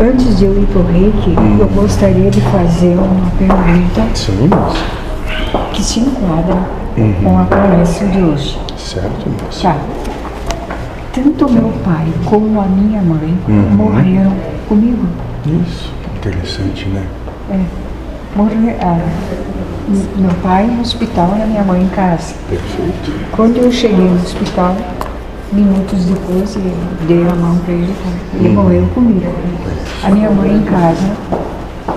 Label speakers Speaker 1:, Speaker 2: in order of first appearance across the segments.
Speaker 1: Antes de eu ir para o reiki,
Speaker 2: Hum.
Speaker 1: eu gostaria de fazer uma pergunta
Speaker 2: Sim, moça.
Speaker 1: que se enquadra com a conversa de hoje.
Speaker 2: Certo, moça.
Speaker 1: Tá. Tanto meu pai como a minha mãe morreram comigo.
Speaker 2: Isso. Interessante, né?
Speaker 1: Morre, ah, m- meu pai no hospital e a minha mãe em casa.
Speaker 2: Perfeito.
Speaker 1: Quando eu cheguei no hospital, minutos depois, eu dei a mão para ele, tá?
Speaker 2: Uhum.
Speaker 1: ele morreu comigo. A minha mãe em casa,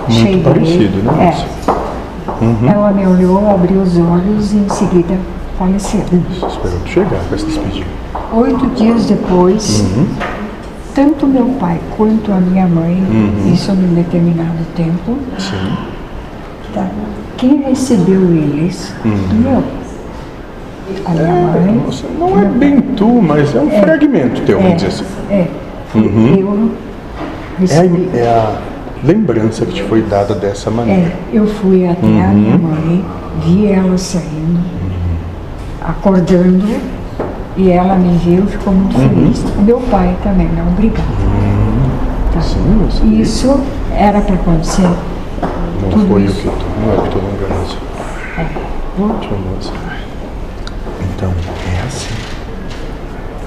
Speaker 1: cheia de
Speaker 2: parecido,
Speaker 1: medo,
Speaker 2: né, Uhum.
Speaker 1: é. Ela me olhou, abriu os olhos e em seguida faleceu.
Speaker 2: Isso. Esperando chegar para se despedir.
Speaker 1: Oito dias depois,
Speaker 2: Uhum.
Speaker 1: tanto meu pai quanto a minha mãe,
Speaker 2: Uhum.
Speaker 1: isso num determinado tempo,
Speaker 2: Sim.
Speaker 1: tá? quem recebeu eles,
Speaker 2: Uhum.
Speaker 1: eu. A minha
Speaker 2: É,
Speaker 1: mãe,
Speaker 2: moça, não é bem tu, mas é um fragmento teu, vamos dizer assim.
Speaker 1: É. Eu
Speaker 2: É a,
Speaker 1: recebi.
Speaker 2: é a lembrança que te foi dada dessa maneira.
Speaker 1: É, eu fui até a minha mãe, vi ela saindo, acordando, e ela me viu, ficou muito feliz. Meu pai também, não obrigado. Tá.
Speaker 2: Sim, moça.
Speaker 1: Isso era para acontecer.
Speaker 2: Não
Speaker 1: Tudo
Speaker 2: foi
Speaker 1: isso. É.
Speaker 2: o que tu, não é o que tu lembrando. Ótimo, moça. Então, é assim.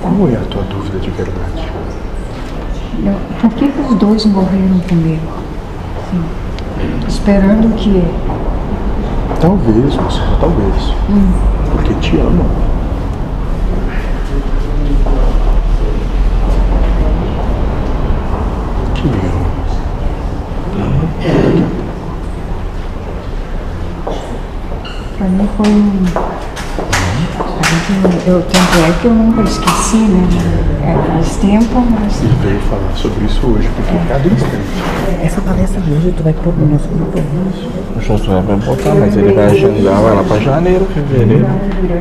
Speaker 1: Tá.
Speaker 2: Qual é a tua dúvida de verdade?
Speaker 1: Não, Por que, que os dois morreram comigo? Assim, esperando que.
Speaker 2: Talvez, moça, talvez. Porque te amam. Te amam.
Speaker 1: Para mim foi um. Aí Eu, eu- tanto é que eu nunca esqueci, né? É, faz tempo, mas.
Speaker 2: E veio falar sobre isso hoje, porque é cada instante.
Speaker 3: Essa palestra de hoje tu vai pôr no nosso grupo.
Speaker 4: O Josué vai botar, mas ele vai agendar vai lá pra janeiro, fevereiro.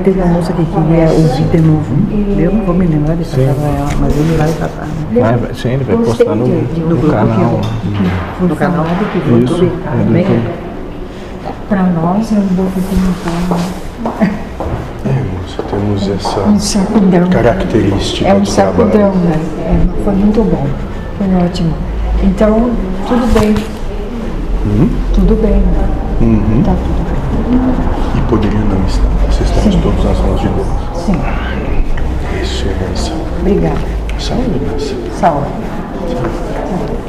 Speaker 3: Teve uma moça que queria ouvir de novo. Eu não vou me lembrar de tratar ela, mas ele vai tratar. né?
Speaker 2: Ah,
Speaker 4: Vai, vai, sim, ele vai postar no, no canal.
Speaker 3: No canal do que
Speaker 4: Isso, é do YouTube.
Speaker 1: Para nós é um pouco de uma forma,
Speaker 2: É, moça, temos
Speaker 1: um
Speaker 2: essa
Speaker 1: sacudão.
Speaker 2: característica
Speaker 1: É um
Speaker 2: do trabalho.
Speaker 1: sacudão, né? É, foi muito bom, foi ótimo. Então, tudo bem. Tudo bem, né? Tá tudo bem.
Speaker 2: E poderia não estar. Vocês estamos todos nas mãos de Deus.
Speaker 1: Sim,
Speaker 2: Isso, moça.
Speaker 1: obrigada.
Speaker 2: Saúde, moça.
Speaker 1: Saúde.